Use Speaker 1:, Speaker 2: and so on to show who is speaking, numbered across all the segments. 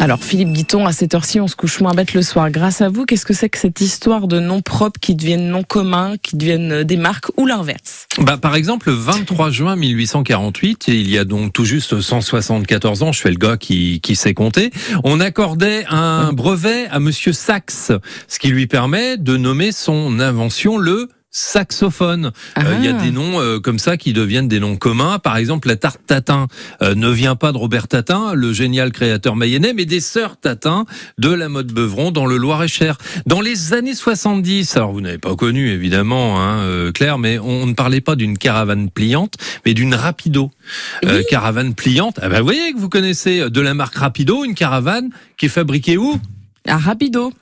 Speaker 1: Alors Philippe Guiton, à cette heure-ci, on se couche moins bête le soir. Grâce à vous, qu'est-ce que c'est que cette histoire de noms propres qui deviennent noms communs, qui deviennent euh, des marques ou l'inverse
Speaker 2: Bah, par exemple, le 23 juin 1848, il y a donc tout juste 174 ans, je fais le gars qui, qui sait compter, on accordait un brevet à Monsieur Saxe, ce qui lui permet de nommer son invention le saxophone. Euh, Il y a
Speaker 1: Ah.
Speaker 2: des noms euh, comme ça qui deviennent des noms communs. Par exemple, la tarte tatin euh, ne vient pas de Robert Tatin, le génial créateur mayennais, mais des sœurs tatin de la mode Beuvron dans le Loir-et-Cher. Dans les années 70, alors vous n'avez pas connu évidemment hein, euh, Claire, mais on, on ne parlait pas d'une caravane pliante, mais d'une rapido. Euh, caravane pliante, ah ben, vous voyez que vous connaissez euh, de la marque Rapido, une caravane qui est fabriquée où
Speaker 1: À Rapido,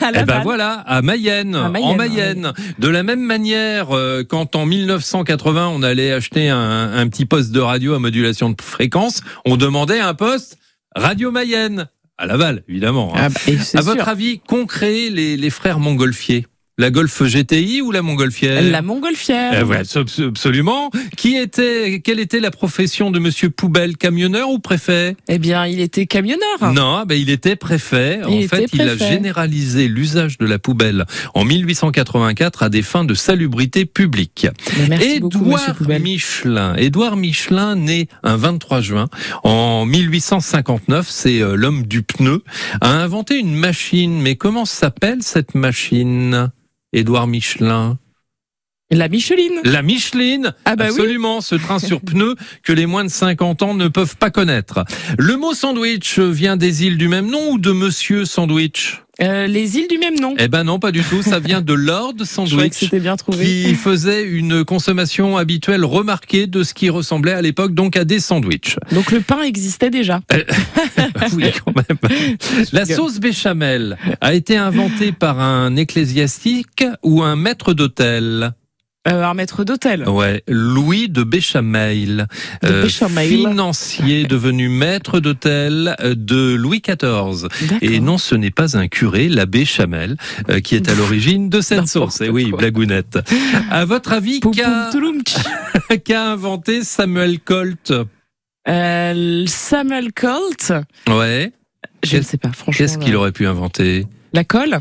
Speaker 1: à la
Speaker 2: eh ben
Speaker 1: vanne.
Speaker 2: voilà, à Mayenne,
Speaker 1: À Mayenne,
Speaker 2: en Mayenne. De la même manière, euh, quand en 1980 on allait acheter un, un petit poste de radio à modulation de fréquence, on demandait un poste Radio Mayenne à Laval, évidemment. hein.
Speaker 1: Ah bah, et c'est
Speaker 2: à
Speaker 1: sûr.
Speaker 2: votre avis, qu'ont créé les, les frères Montgolfier La Golf GTI ou la Montgolfière
Speaker 1: La montgolfière.
Speaker 2: Eh ouais, abso- abso- absolument. Qui était, quelle était la profession de Monsieur Poubelle, camionneur ou préfet
Speaker 1: Eh bien, il était camionneur.
Speaker 2: non, ben il était préfet. en
Speaker 1: Hein. Il
Speaker 2: fait,
Speaker 1: était
Speaker 2: il a
Speaker 1: préfet.
Speaker 2: généralisé l'usage de la poubelle en 1884 à des fins de salubrité publique.
Speaker 1: Mais Bah, Merci beaucoup, Monsieur
Speaker 2: Édouard
Speaker 1: Poubelle.
Speaker 2: Michelin. Édouard Michelin, né un 23 juin en 1859, c'est euh, l'homme du pneu, a inventé une machine. Mais comment s'appelle cette machine Édouard Michelin.
Speaker 1: La Micheline.
Speaker 2: La Micheline
Speaker 1: Ah bah oui.
Speaker 2: Absolument, ce train sur pneus que les moins de 50 ans ne peuvent pas connaître. Le mot sandwich vient des îles du même nom ou de Monsieur Sandwich
Speaker 1: Euh, les îles du même nom.
Speaker 2: Eh ben non, pas du tout. Ça vient de Lord
Speaker 1: Je croyais que
Speaker 2: Eh, Sandwich
Speaker 1: c'était bien trouvé.
Speaker 2: qui faisait une consommation habituelle remarquée de ce qui ressemblait à l'époque donc à des sandwichs.
Speaker 1: Donc le pain existait déjà. Ah
Speaker 2: Oui, quand même. La sauce béchamel a été inventée par un ecclésiastique ou un maître d'hôtel.
Speaker 1: Euh, un maître d'hôtel.
Speaker 2: Ouais, Louis de Béchamel,
Speaker 1: De Béchamel.
Speaker 2: financier devenu maître d'hôtel euh, de Louis XIV. Et
Speaker 1: D'accord.
Speaker 2: non, ce n'est pas un curé, l'abbé Chamel, euh, qui est à l'origine de cette
Speaker 1: N'importe
Speaker 2: source. Et oui,
Speaker 1: quoi.
Speaker 2: blagounette. À votre avis,
Speaker 1: Poum,
Speaker 2: qu'a
Speaker 1: poum, touloum, tch.
Speaker 2: qu'a inventé Samuel Colt
Speaker 1: Euh, Samuel Colt.
Speaker 2: Ouais.
Speaker 1: Je ne
Speaker 2: Qu'est-
Speaker 1: sais pas, franchement.
Speaker 2: Qu'est-ce
Speaker 1: là.
Speaker 2: qu'il aurait pu inventer
Speaker 1: La colle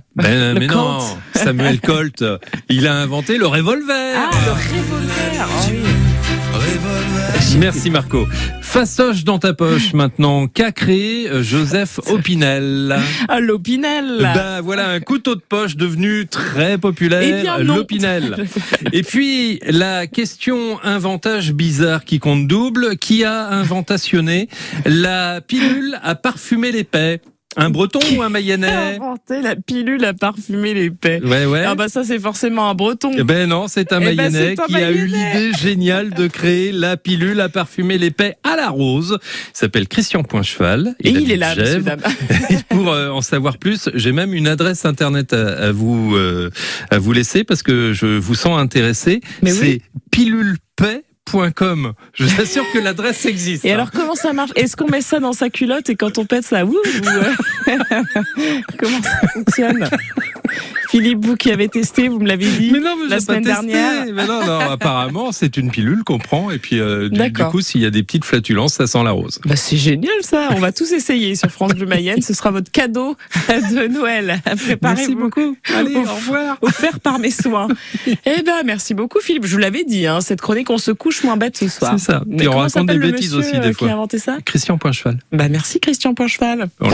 Speaker 2: Ben,
Speaker 1: Le
Speaker 2: mais non,
Speaker 1: Colt.
Speaker 2: Samuel Colt, il a inventé le revolver.
Speaker 1: Ah, bah, le revolver Ah oui.
Speaker 2: Merci Marco. Fastoche dans ta poche maintenant. Qu'a créé euh, Joseph Opinel
Speaker 1: Ah, l'opinel
Speaker 2: Ben voilà un couteau de poche devenu très populaire,
Speaker 1: Eh bien, non.
Speaker 2: l'Opinel. Et puis la question inventage bizarre qui compte double. Qui a inventationné la pilule à parfumer les paix Un breton ou un mayennais
Speaker 1: inventé la pilule à parfumer les paix.
Speaker 2: Ouais ouais.
Speaker 1: Ah bah ça c'est forcément un breton.
Speaker 2: Eh Ben non, c'est un
Speaker 1: Eh ben,
Speaker 2: Mayennais
Speaker 1: c'est un
Speaker 2: qui a
Speaker 1: Mayennais.
Speaker 2: eu l'idée géniale de créer la pilule à parfumer les paix à la rose. Il s'appelle Christian Poincheval.
Speaker 1: Et il, est
Speaker 2: habite
Speaker 1: là,
Speaker 2: Gèvres.
Speaker 1: monsieur dame.
Speaker 2: Et Pour euh, en savoir plus, j'ai même une adresse internet à, à vous euh, à vous laisser parce que je vous sens intéressé.
Speaker 1: Mais
Speaker 2: C'est
Speaker 1: oui.
Speaker 2: pilulepaix.com. Je vous assure que l'adresse existe. hein.
Speaker 1: Et alors comment ça marche Est-ce qu'on met ça dans sa culotte et quand on pète ça, ouh ou, euh, Comment ça fonctionne Philippe, vous qui avez testé, vous me l'avez dit.
Speaker 2: Mais non, mais
Speaker 1: la
Speaker 2: j'ai pas
Speaker 1: semaine
Speaker 2: testé.
Speaker 1: dernière.
Speaker 2: Mais non, non, apparemment, c'est une pilule qu'on prend et puis euh, du, du
Speaker 1: D'accord.
Speaker 2: coup, s'il y a des petites flatulences, ça sent la rose.
Speaker 1: Bah c'est génial ça, on va tous essayer sur France Bleu Mayenne, ce sera votre cadeau de Noël.
Speaker 2: Merci
Speaker 1: Préparez-vous.
Speaker 2: beaucoup. Allez, au
Speaker 1: Ouf.
Speaker 2: revoir.
Speaker 1: Offert par mes soins. eh ben, merci beaucoup Philippe. Je vous l'avais dit, hein, cette chronique, on se couche moins bête ce soir.
Speaker 2: C'est ça.
Speaker 1: Mais
Speaker 2: Puis on
Speaker 1: comment
Speaker 2: raconte des
Speaker 1: s'appelle le
Speaker 2: bêtises
Speaker 1: monsieur,
Speaker 2: aussi
Speaker 1: euh,
Speaker 2: des
Speaker 1: Qui a
Speaker 2: fois.
Speaker 1: inventé ça
Speaker 2: Christian Poincheval.
Speaker 1: Bah merci Christian Poincheval.